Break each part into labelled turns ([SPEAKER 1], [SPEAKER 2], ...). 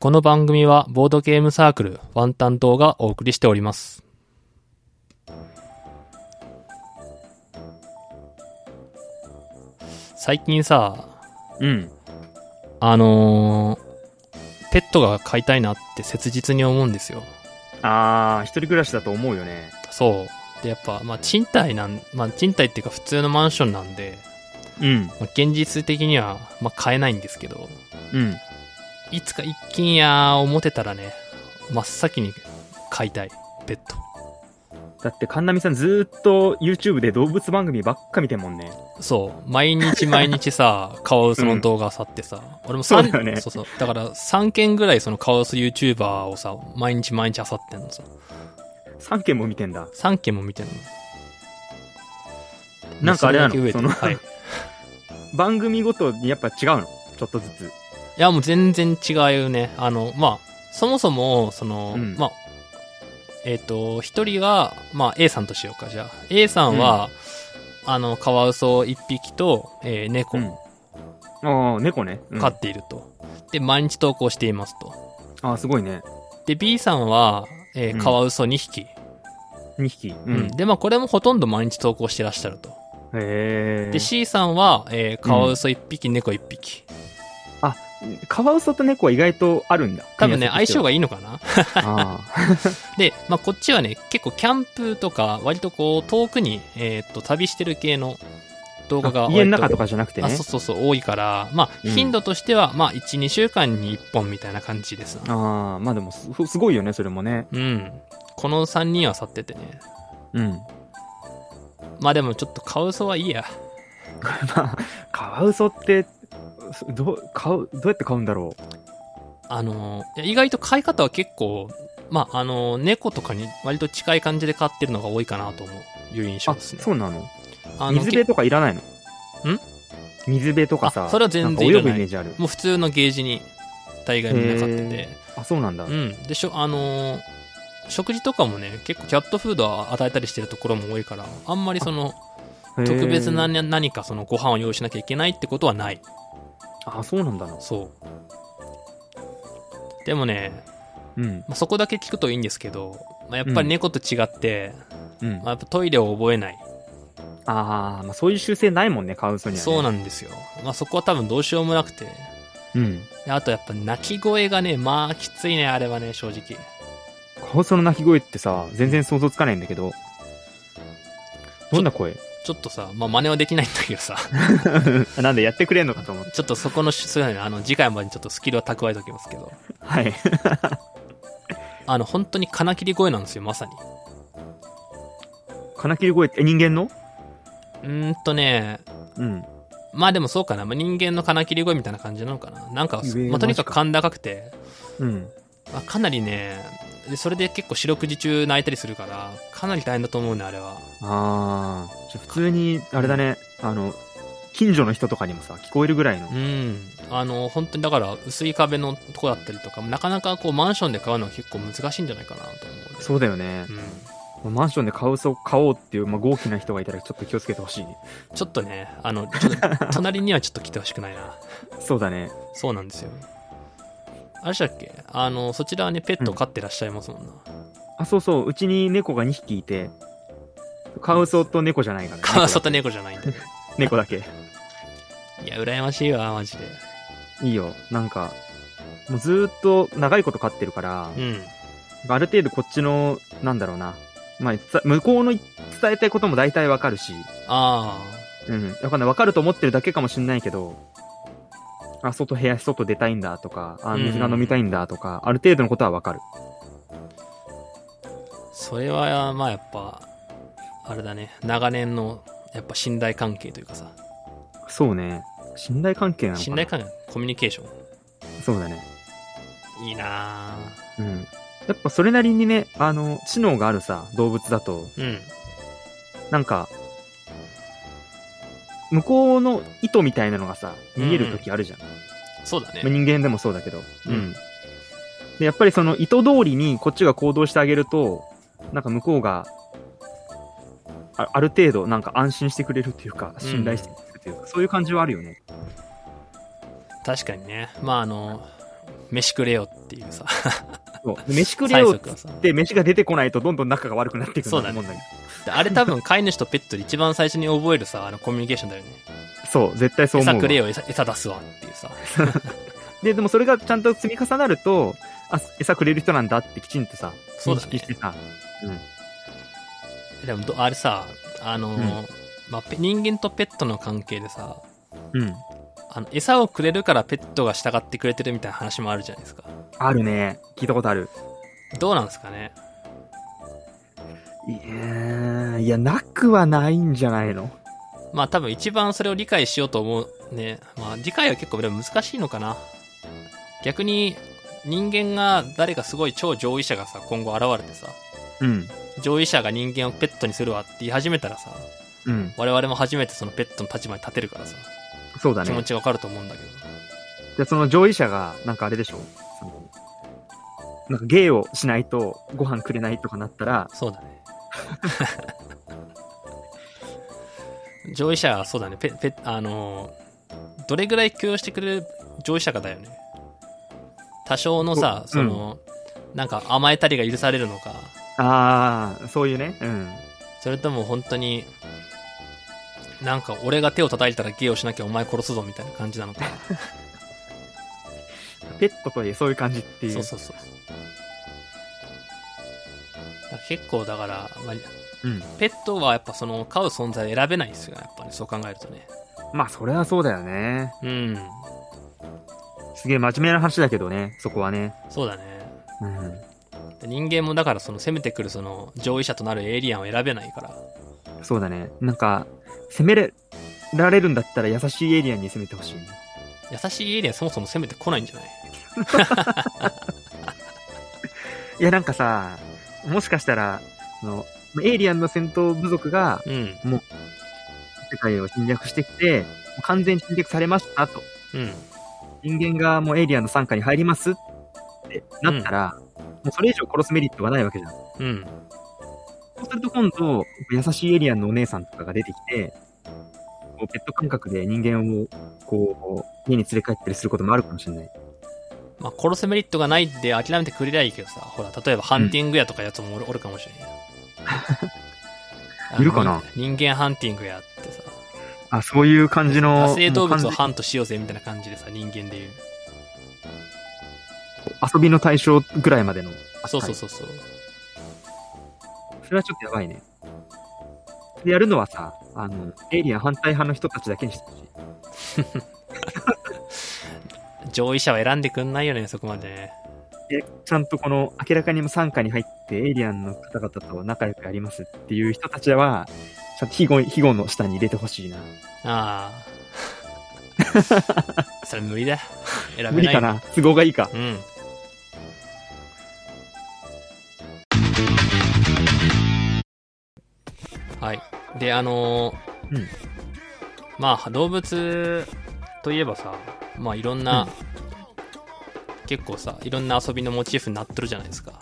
[SPEAKER 1] この番組はボードゲームサークルワンタン党がお送りしております。最近さ、
[SPEAKER 2] うん。
[SPEAKER 1] あのーペットが飼いたいなって切実に思うんですよ。
[SPEAKER 2] あー、一人暮らしだと思うよね。
[SPEAKER 1] そう。で、やっぱ、まあ、賃貸なん、まあ、賃貸っていうか普通のマンションなんで、
[SPEAKER 2] うん。
[SPEAKER 1] まあ、現実的には、まあ、買えないんですけど、
[SPEAKER 2] うん。
[SPEAKER 1] いつか一軒家を持てたらね、真っ先に飼いたい、ペット。
[SPEAKER 2] だって、神波さんずーっと YouTube で動物番組ばっか見てんもんね。
[SPEAKER 1] そう。毎日毎日 さ、カワウソの動画さってさ、俺も
[SPEAKER 2] そう
[SPEAKER 1] 三
[SPEAKER 2] だよね
[SPEAKER 1] そうそう。だから3件ぐらいそのカワウソ YouTuber をさ、毎日毎日あさってんのさ。
[SPEAKER 2] 3件も見てんだ。
[SPEAKER 1] 3件も見てんの。
[SPEAKER 2] なんかあれなの
[SPEAKER 1] それだけ
[SPEAKER 2] そ
[SPEAKER 1] 増
[SPEAKER 2] の
[SPEAKER 1] えてるはい。い
[SPEAKER 2] 番組ごとにやっぱ違うの。ちょっとずつ。
[SPEAKER 1] や、もう全然違うね。あの、まあ、そもそも、その、
[SPEAKER 2] うん
[SPEAKER 1] まあ、えっ、と、一人が、まあ、A さんとしようか、じゃあ。A さんは、あの、カワウソ1匹と、えー猫
[SPEAKER 2] う
[SPEAKER 1] を
[SPEAKER 2] ん。あー、猫ね。うん、
[SPEAKER 1] 飼
[SPEAKER 2] あ
[SPEAKER 1] っていると。で、毎日投稿していますと。
[SPEAKER 2] ー、すごいね。
[SPEAKER 1] で B さんは、えー
[SPEAKER 2] うん
[SPEAKER 1] カワウソ2匹、
[SPEAKER 2] 2匹。う
[SPEAKER 1] うん
[SPEAKER 2] ん。
[SPEAKER 1] でまあこれもほとんど毎日投稿してらっしゃると
[SPEAKER 2] へ
[SPEAKER 1] で
[SPEAKER 2] ー。
[SPEAKER 1] C さんは、えーカワウソ1匹、猫1匹
[SPEAKER 2] カワウソと猫は意外とあるんだ。
[SPEAKER 1] 多分ね相性
[SPEAKER 2] が
[SPEAKER 1] がいいのかな
[SPEAKER 2] あー
[SPEAKER 1] で、まあ、こっちはね結構キャンプとか割とこう遠くに、えーっと旅してる系の動画が
[SPEAKER 2] あ家の中
[SPEAKER 1] 割
[SPEAKER 2] とかじゃなくて
[SPEAKER 1] あ
[SPEAKER 2] ね
[SPEAKER 1] そう。そうそう多いからまあ
[SPEAKER 2] うん
[SPEAKER 1] 頻度としては、まあ12週間に1本みたいな感じですな
[SPEAKER 2] あー、まあでもす、すごいよね、それもね。
[SPEAKER 1] うんこの3人は去っててね
[SPEAKER 2] うん。
[SPEAKER 1] まあでもちょっとカワウソはいいや
[SPEAKER 2] まあ、カワウソって、どう、買う、どうやって買うんだろう。
[SPEAKER 1] あのーいや意外と飼い方は結構、まあ、あのー猫とかに割と近い感じで飼ってるのが多いかなと思ういう印象
[SPEAKER 2] あ、
[SPEAKER 1] ですね。
[SPEAKER 2] そうなの
[SPEAKER 1] あの
[SPEAKER 2] 水辺とかいらないの
[SPEAKER 1] ん
[SPEAKER 2] 水辺とか
[SPEAKER 1] あ
[SPEAKER 2] さ、
[SPEAKER 1] それは全然いらない
[SPEAKER 2] んか泳ぐイメージある。
[SPEAKER 1] もう普通のゲージに大概みんな飼ってて
[SPEAKER 2] へ。あ、そうなんだ。
[SPEAKER 1] うん。でしょ、あのー食事とかもね、結構キャットフードは与えたりしてるところも多いから、あんまりその、
[SPEAKER 2] へー
[SPEAKER 1] 特別なね何かそのご飯を用意しなきゃいけないってことはない。
[SPEAKER 2] あ、そうなんだな。
[SPEAKER 1] そう。でもね、
[SPEAKER 2] うん。
[SPEAKER 1] まあ、そこだけ聞くといいんですけど、まあ、やっぱり猫と違って、
[SPEAKER 2] うん。
[SPEAKER 1] まあ、やっぱトイレを覚えない。
[SPEAKER 2] あー、まあ、そういう習性ないもんね、カワウソには、ね。
[SPEAKER 1] そうなんんですよ。まあそこは多分どうしようもなくて。
[SPEAKER 2] うん。
[SPEAKER 1] であとやっぱ泣き声がね、まあきついね、あれはね、正直。
[SPEAKER 2] カワウソの鳴き声ってさ、全然想像つかないんだけど。どんな声
[SPEAKER 1] ちょっとさ、まあ真似はできないんだけどさ、
[SPEAKER 2] なんでやってくれんのかと思って。
[SPEAKER 1] ちょっとそこの、そういうのねあの、次回までにちょっとスキルは蓄えておきますけど、
[SPEAKER 2] はい。
[SPEAKER 1] あの、本当に金切り声なんですよ、まさに。
[SPEAKER 2] 金切り声って、え人間の
[SPEAKER 1] うーんとね、
[SPEAKER 2] うん。
[SPEAKER 1] まあでもそうかな、まあ、人間の金切り声みたいな感じなのかな。なんか、
[SPEAKER 2] えー
[SPEAKER 1] まあとにかく
[SPEAKER 2] マジか
[SPEAKER 1] 甲高くて、
[SPEAKER 2] うん。
[SPEAKER 1] まあ、かなりね、でそれで結構四六時中泣いたりするから、かなり大変だと思うね、あれは。
[SPEAKER 2] あー。じゃあ普通に、あれだね、あの、近所の人とかにもさ、聞こえるぐらいの
[SPEAKER 1] う。ん、あの本当にだから薄い壁のとこだったりとかなかなかこうマンションで買うのは結構難しいんじゃないかなと思うね
[SPEAKER 2] そうだよね。
[SPEAKER 1] う
[SPEAKER 2] マンションでカワウソを買おうっていう、まあ、豪気な人がいたらちょっと気をつけてほしいね。
[SPEAKER 1] ん、ちょっとねあのちょっと隣にはちょっと来てほしくないな
[SPEAKER 2] そうだね。
[SPEAKER 1] そうなんですよあれでしたっけあのそちらはねペットを飼ってらっしゃいますもんな、
[SPEAKER 2] あ、そうそう、うちに猫が2匹いて、カワウソと猫じゃないから、ね。
[SPEAKER 1] カワウソと猫じゃないんで
[SPEAKER 2] 猫だけ。
[SPEAKER 1] いや羨ましいわマジで
[SPEAKER 2] いいよ。なんか、もうずーっと長いこと飼ってるから、
[SPEAKER 1] うん
[SPEAKER 2] ある程度こっちの、なんだろうな。まあ、つ向こうの伝えたいことも大体わかるし、
[SPEAKER 1] あ
[SPEAKER 2] うん。わかんない。わかると思ってるだけかもしんないけど、あ、外部屋、外出たいんだとか、あ、水が飲みたいんだとか、ある程度のことはわかる。
[SPEAKER 1] あそれはまあやっぱあれだね長年のやっぱ信頼関係というかさ
[SPEAKER 2] そうね。信頼関係なのかな
[SPEAKER 1] 信頼関係コミュニケーショ
[SPEAKER 2] そうだね。
[SPEAKER 1] ンいいなあ
[SPEAKER 2] うん。やっぱそれなりにね、あの、知能があるさ、動物だと、
[SPEAKER 1] うん
[SPEAKER 2] なんか、向こうの意図みたいなのがさ、見える時あるじゃん。
[SPEAKER 1] そうだね
[SPEAKER 2] まあ人間でもそうだけど。
[SPEAKER 1] うん
[SPEAKER 2] で、やっぱりその意図通りにこっちが行動してあげると、なんか向こうが、あある程度、なんか安心してくれるというか、
[SPEAKER 1] うん
[SPEAKER 2] 信頼してくれるというか、そういう感じはあるよね。
[SPEAKER 1] 確かにねまああの飯くれよっていうさ、
[SPEAKER 2] そうで飯食れ
[SPEAKER 1] 催
[SPEAKER 2] よっ
[SPEAKER 1] 促をさ。
[SPEAKER 2] て飯が出てこないとどんどん仲が悪くなっていくんだと思うんだけど
[SPEAKER 1] であれ多分飼い主とペットで一番最初に覚えるさ、あのコミュニケーションだよね。
[SPEAKER 2] そう絶対そう思
[SPEAKER 1] 餌
[SPEAKER 2] うわ
[SPEAKER 1] くれよ、餌餌出すわっていうさ。
[SPEAKER 2] ででもそれがちゃんと積み重なるとあ餌くれる人なんだってきちんとさ
[SPEAKER 1] そうだね
[SPEAKER 2] 認識してさ
[SPEAKER 1] でもど、あれさ、あのーまあ、ペ人間とペットの関係でさ、
[SPEAKER 2] うん
[SPEAKER 1] あの、餌をくれるからペットが従ってくれてるみたいな話もあるじゃないですか。
[SPEAKER 2] あるね聞いたことある
[SPEAKER 1] どうなんですかね
[SPEAKER 2] いやーいやなくはないんじゃないの
[SPEAKER 1] まあ多分一番それを理解しようと思うね。まあ理解は結構でも難しいのかな。逆に人間が誰かすごい超上位者がさ、今後現れてさ、
[SPEAKER 2] うん
[SPEAKER 1] 上位者が人間をペットにするわって言い始めたらさ、
[SPEAKER 2] うん
[SPEAKER 1] 我々も初めてそのペットの立場に立てるからさ、
[SPEAKER 2] そうだ
[SPEAKER 1] 気持
[SPEAKER 2] ね
[SPEAKER 1] ちわかると思うんだけど。
[SPEAKER 2] じゃあその上位者がなんかあれでしょそのなんか芸をしないとご飯くれないとかなったら
[SPEAKER 1] そうだね。 上位者はそうだね、ペペあのーどれぐらい許容してくれる上位者かだよね。多少のさ、
[SPEAKER 2] お
[SPEAKER 1] その、なんか甘えたりが許されるのか、
[SPEAKER 2] ああそういうねうん
[SPEAKER 1] それとも本当に、なんか俺が手を叩いたら芸をしなきゃお前殺すぞみたいな感じなのか。
[SPEAKER 2] ペットとはいえそういう感じっていう
[SPEAKER 1] そうそうそう。だから結構だから、まあ、
[SPEAKER 2] うん
[SPEAKER 1] ペットはやっぱその飼う存在選べないですよね、やっぱね、そう考えるとね。
[SPEAKER 2] まあそれはそうだよね
[SPEAKER 1] うん。
[SPEAKER 2] すげえ真面目な話だけどねそこはね
[SPEAKER 1] そうだね。
[SPEAKER 2] うん
[SPEAKER 1] で人間もだからその攻めてくるその上位者となるエイリアンを選べないから。
[SPEAKER 2] そうだねなんか攻めれられるんだったら優しいエイリアンに攻めてほしいね
[SPEAKER 1] 優しいエイリアンそもそも攻めてこないんじゃない
[SPEAKER 2] いやなんかさもしかしたらそのエイリアンの戦闘部族が
[SPEAKER 1] うん。
[SPEAKER 2] 世界を侵略してきてもう完全に侵略されましたと
[SPEAKER 1] うん。
[SPEAKER 2] 人間がもうエイリアンの傘下に入りますってなったら、もうそれ以上殺すメリットがないわけじゃん。そ
[SPEAKER 1] うん。
[SPEAKER 2] うすると今度、優しいエイリアンのお姉さんとかが出てきて、こうペット感覚で人間をこう家に連れ帰ったりすることもあるかもしれない。
[SPEAKER 1] まあ、殺すメリットがないって諦めてくれりゃいいけどさ、ほら、例えばハンティングやとかやつもおる,、かもしれ んよ
[SPEAKER 2] いるか
[SPEAKER 1] あ
[SPEAKER 2] な
[SPEAKER 1] の人間ハンティングやってさ、
[SPEAKER 2] あ、そういう感じの。
[SPEAKER 1] 野生動物
[SPEAKER 2] も
[SPEAKER 1] を
[SPEAKER 2] う完
[SPEAKER 1] ハントしようぜみたいな感じでさ、人間で言う。
[SPEAKER 2] 全に遊びの対象ぐらいまでの。
[SPEAKER 1] そうそうそうそう。
[SPEAKER 2] それはちょっとやばいね。でやるのはさ、あの、エイリアン反対派の人たちだけにしてほしい。
[SPEAKER 1] 上位者は選んでくんないよね、そこまでね。
[SPEAKER 2] でちゃんとこの明らかにも傘下に入ってエイリアンの方々と仲良くやりますっていう人たちは、ちゃんと非言非言の下に入れてほしいな。
[SPEAKER 1] ああ。 それ無理だ。選べない。
[SPEAKER 2] 無理かな都合がいいか。
[SPEAKER 1] うん。はい。で、あのー
[SPEAKER 2] うん
[SPEAKER 1] まあ、動物といえばさ、まあ、いろんな、
[SPEAKER 2] うん
[SPEAKER 1] 結構さ、いろんな遊びのモチーフになってるじゃないですか。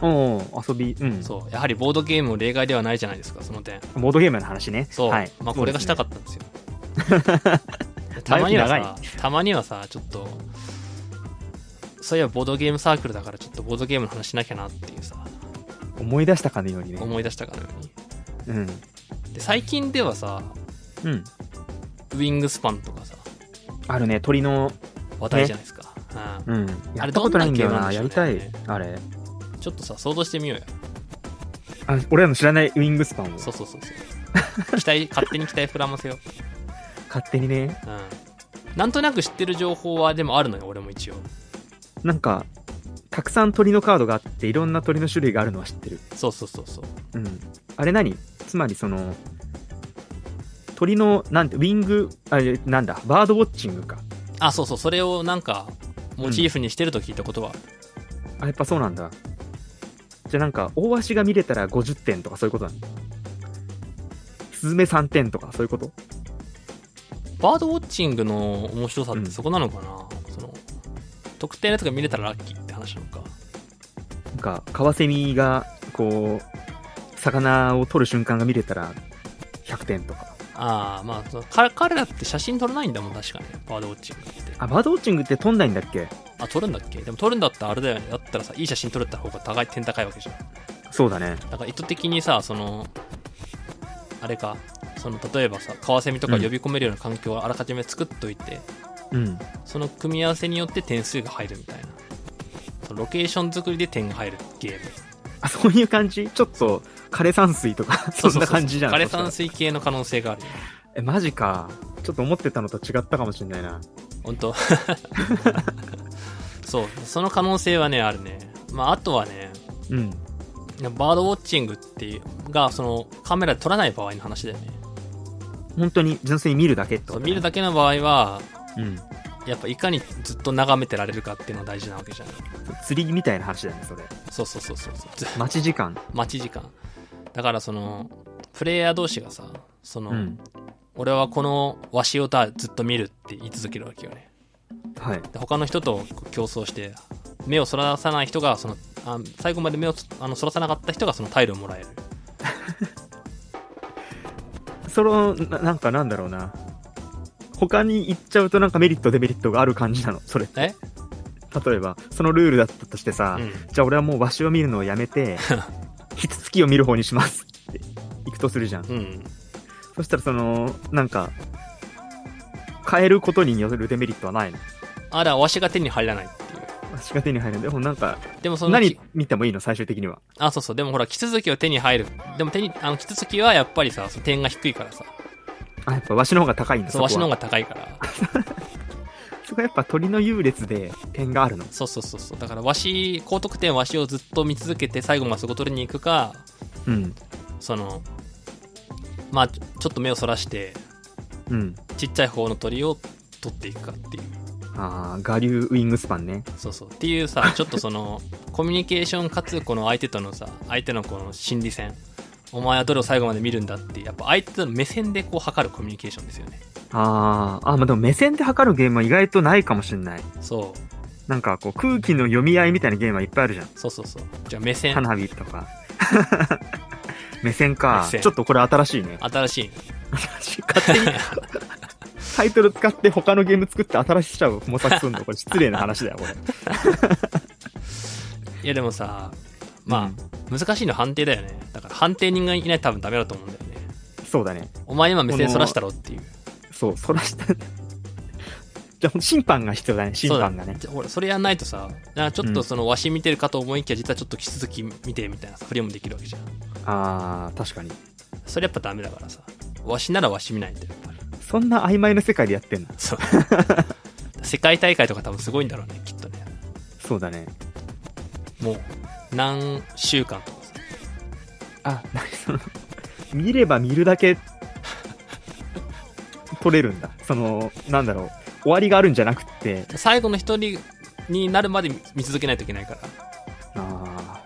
[SPEAKER 2] おう遊び、うん。
[SPEAKER 1] そう。やはりボードゲームも例外ではないじゃないですか、その点。
[SPEAKER 2] ボードゲームの話ね。
[SPEAKER 1] そう。
[SPEAKER 2] はい。
[SPEAKER 1] まあ、これがしたか
[SPEAKER 2] っ
[SPEAKER 1] ったんですよ。 たまには
[SPEAKER 2] 前
[SPEAKER 1] さ、たまにはさ、ちょっと、そういえばボードゲームサークルだから、ちょっとボードゲームの話しなきゃなっていうさ、
[SPEAKER 2] た、思い出したかのようにね。
[SPEAKER 1] 思い出したかのよう
[SPEAKER 2] うん。
[SPEAKER 1] に。で、最近ではさ、
[SPEAKER 2] うん。
[SPEAKER 1] ウィングスパンとかさ、
[SPEAKER 2] あるね、鳥の、
[SPEAKER 1] 話題じゃないですか。う
[SPEAKER 2] うん。や
[SPEAKER 1] あれ
[SPEAKER 2] ったことないんだよな。
[SPEAKER 1] ど
[SPEAKER 2] や
[SPEAKER 1] んな
[SPEAKER 2] り
[SPEAKER 1] ゲームな
[SPEAKER 2] た
[SPEAKER 1] んで
[SPEAKER 2] い
[SPEAKER 1] しょうね。
[SPEAKER 2] あれ。
[SPEAKER 1] んちょっとさ、想像してみようよ。
[SPEAKER 2] あ俺らの知らないウィングスパンを
[SPEAKER 1] そうそうそうそう。期 待、勝手に期待膨らませよ
[SPEAKER 2] 勝手にね、
[SPEAKER 1] う。うん。なんとなく知ってる情報はでもあるのよ、俺も一応。
[SPEAKER 2] なんか、たくさん鳥のカードがあって、いろんな鳥の種類があるのは知ってる。
[SPEAKER 1] そうそうそうそう。
[SPEAKER 2] うん、あれ何つまりその鳥のなんてウィングあれなんだバードウォッチングか
[SPEAKER 1] あ、そうそう、それをなんか、モチーフにしてると聞いたことはある
[SPEAKER 2] あやっぱそうなんだじゃあなんか大足が見れたら50点とかそういうことなのスズメ3点とかそういうこと
[SPEAKER 1] バードウォッチングの面白さっ
[SPEAKER 2] う
[SPEAKER 1] て
[SPEAKER 2] ん
[SPEAKER 1] そこなのかな、その特定のやつが見れたらラッキーって話なのか
[SPEAKER 2] なんかカワセミがこう魚を取る瞬間が見れたら100点とか
[SPEAKER 1] ああまあそのか彼らって写真撮らないんだもん確かねバードウォッチングって
[SPEAKER 2] あバードウォッチングって飛んないんだっけ
[SPEAKER 1] あ、撮るんだっけでも撮るんだったらあれだよね。だったらさ、いい写真撮れた方が高い、点高いわけじゃん。
[SPEAKER 2] そうだね。
[SPEAKER 1] だから意図的にさ、その、あれか、その、例えばさ、カワセミとか呼び込めるような環境をあらかじめ作っといて、
[SPEAKER 2] うん。
[SPEAKER 1] その組み合わせによって点数が入るみたいな。そのロケーション作りで点が入るゲーム。
[SPEAKER 2] あ、そういう感じちょっと、枯山水とか、 そんな感じじゃん。
[SPEAKER 1] 枯れ山
[SPEAKER 2] そし
[SPEAKER 1] 水系の可能性があるよ。
[SPEAKER 2] たらえ、マジか。ちょっと思ってたのと違ったかもしれないな。
[SPEAKER 1] 本 当そう、その可能性はね、あるね。まあ、あとはね、
[SPEAKER 2] うん。
[SPEAKER 1] バードウォッチングっていう、が、その、カメラで撮らない場合の話だよね。
[SPEAKER 2] 本当に純粋に見るだけって
[SPEAKER 1] そ
[SPEAKER 2] こ
[SPEAKER 1] う
[SPEAKER 2] と、ね、
[SPEAKER 1] 見るだけの場合は、
[SPEAKER 2] け。うん。
[SPEAKER 1] やっぱいかにずっと眺めてられるかっていうのが大事なわけじゃん。
[SPEAKER 2] 釣りみたいな話だよね、それ。
[SPEAKER 1] そうそうそうそうそう。ず
[SPEAKER 2] 待ち時間。
[SPEAKER 1] 待ち時間。だからその、プレイヤー同士がさ、その、
[SPEAKER 2] うん。
[SPEAKER 1] 俺はこのワシオタずっと見るって言い続けるわけよね。
[SPEAKER 2] はい。
[SPEAKER 1] で他の人と競争して、目をそらさない人が、その、あ最後まで目をそあのそらさなかった人がそのタイルをもらえる。
[SPEAKER 2] そのな、なんかなんだろうな。他に行っちゃうとなんかメリット、デメリットがある感じなの、それ。
[SPEAKER 1] え
[SPEAKER 2] 例えば、そのルールだったとしてさ、
[SPEAKER 1] うん。
[SPEAKER 2] じゃあ俺はもうわしを見るのをやめ て、キツツキを見る方にしますって行くとするじゃん。
[SPEAKER 1] うん。
[SPEAKER 2] そしたらその、なんか、変えることによるデメリットはないの。
[SPEAKER 1] あら、わしが手に入らないっていう。
[SPEAKER 2] わしが手に入るんで、もなんか、
[SPEAKER 1] でもその、
[SPEAKER 2] 何見てもいいの、最終的には。
[SPEAKER 1] あ、そうそう。でもほら、キツツキを手に入る。でも手に、あの、キツツキはやっぱりさ、その点が低いからさ。
[SPEAKER 2] あ、やっぱわしの方が高いんだ、
[SPEAKER 1] そ、
[SPEAKER 2] そうこ
[SPEAKER 1] わ
[SPEAKER 2] は
[SPEAKER 1] しの方が高いから。
[SPEAKER 2] そこはやっぱ鳥の優劣で点があるの。
[SPEAKER 1] そうそうそうそう。だから、わし、高得点わしをずっと見続けて、最後までそこ取りに行くか、
[SPEAKER 2] うん。
[SPEAKER 1] その、まあ、ちょちょっと目をそらして、
[SPEAKER 2] うん。
[SPEAKER 1] ちっちゃい方の鳥を取っていくかっていう。
[SPEAKER 2] あー、我流ウィングスパンね。
[SPEAKER 1] そうそう。っていう さ、ちょっとその、コミュニケーションかつ、この相手とのさ、相手のこの心理戦。お前はどれを最後まで見るんだって、やっぱ相手の目線でこう測るコミュニケーションですよね。
[SPEAKER 2] あー、あ、まあ、でも目線で測るゲームは意外とないかもしんない。
[SPEAKER 1] そう。
[SPEAKER 2] なんかこう空気の読み合いみたいなゲームはいっぱいあるじゃん。
[SPEAKER 1] そうそうそう。じゃあ目線。
[SPEAKER 2] 花火とか。 目線か
[SPEAKER 1] 目。線
[SPEAKER 2] ちょっとこれ新しいね。
[SPEAKER 1] 新しいね。
[SPEAKER 2] 勝手にタイトル使って他のゲーム作って新しさを模索するの、これ失礼な話だよ、こ れ。
[SPEAKER 1] いやでもさ、まあ、難しいの判定だよね。だから判定人がいないと多分ダメだと思うんだよね。
[SPEAKER 2] そうだね。
[SPEAKER 1] お前今目線そらしたろっていう。
[SPEAKER 2] そう、そらした。じ ゃあほんと審判が必要だね、審
[SPEAKER 1] そうだ
[SPEAKER 2] 判がね。
[SPEAKER 1] じゃ俺それやんないとさ、なんかちょっとそのわし見てるかと思いきや、実はちょっと引き続き見てみたいなさ、振りもできるわけじゃん。
[SPEAKER 2] あー、確かに。
[SPEAKER 1] それやっぱダメだからさ。わしならわし見ないんだよ、やっぱり。
[SPEAKER 2] そんな曖昧な世界でやってんの
[SPEAKER 1] そう。世界大会とか多分すごいんだろうね、きっとね。
[SPEAKER 2] そうだね。
[SPEAKER 1] もう、何週間とかさ。
[SPEAKER 2] あ、なにその、 見れば見るだけ、取れるんだ。その、なんだろう、終わりがあるんじゃなくって、
[SPEAKER 1] 最後の一人になるまで見続けないといけないから。
[SPEAKER 2] あ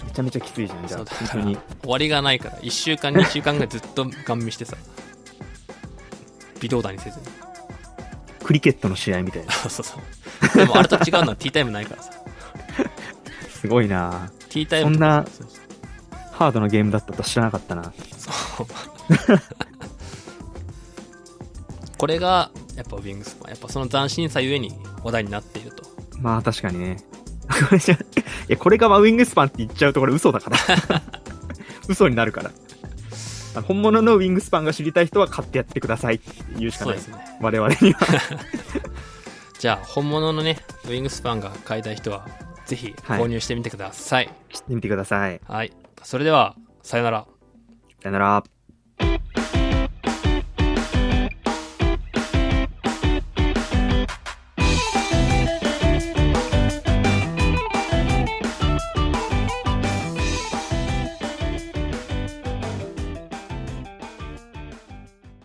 [SPEAKER 2] ー、めちゃめちゃきついじゃん、じ
[SPEAKER 1] そ
[SPEAKER 2] ゃあ、
[SPEAKER 1] うだか
[SPEAKER 2] 本
[SPEAKER 1] ら
[SPEAKER 2] 当に
[SPEAKER 1] 終。わりがないから1週間2週間ぐらいずっとガン見してさ微動だにせずに
[SPEAKER 2] クリケットの試合みたいな。
[SPEAKER 1] そうそうそうでもあれと違うのはティータイムないからさ
[SPEAKER 2] すごいな
[SPEAKER 1] ティータイム
[SPEAKER 2] そんな
[SPEAKER 1] そうそう
[SPEAKER 2] ハードなゲームだったとは知らなかったな。
[SPEAKER 1] そう これがやっぱウィングスパンやっぱその斬新さゆえに話題になっていると
[SPEAKER 2] まあ確かにね。 これじゃ、いや、これがウィングスパンって言っちゃうとこれ 嘘だから。嘘になるから。あの本物のウィングスパンが知りたい人は買ってやってくださいって言うしか
[SPEAKER 1] そう
[SPEAKER 2] ない
[SPEAKER 1] ですね
[SPEAKER 2] 我々には。
[SPEAKER 1] じゃあ本物のねウィングスパンが買いたい人はぜひ
[SPEAKER 2] はい
[SPEAKER 1] 購入してみてください、
[SPEAKER 2] 知ってみてください。
[SPEAKER 1] はい、それではさよなら
[SPEAKER 2] さよなら。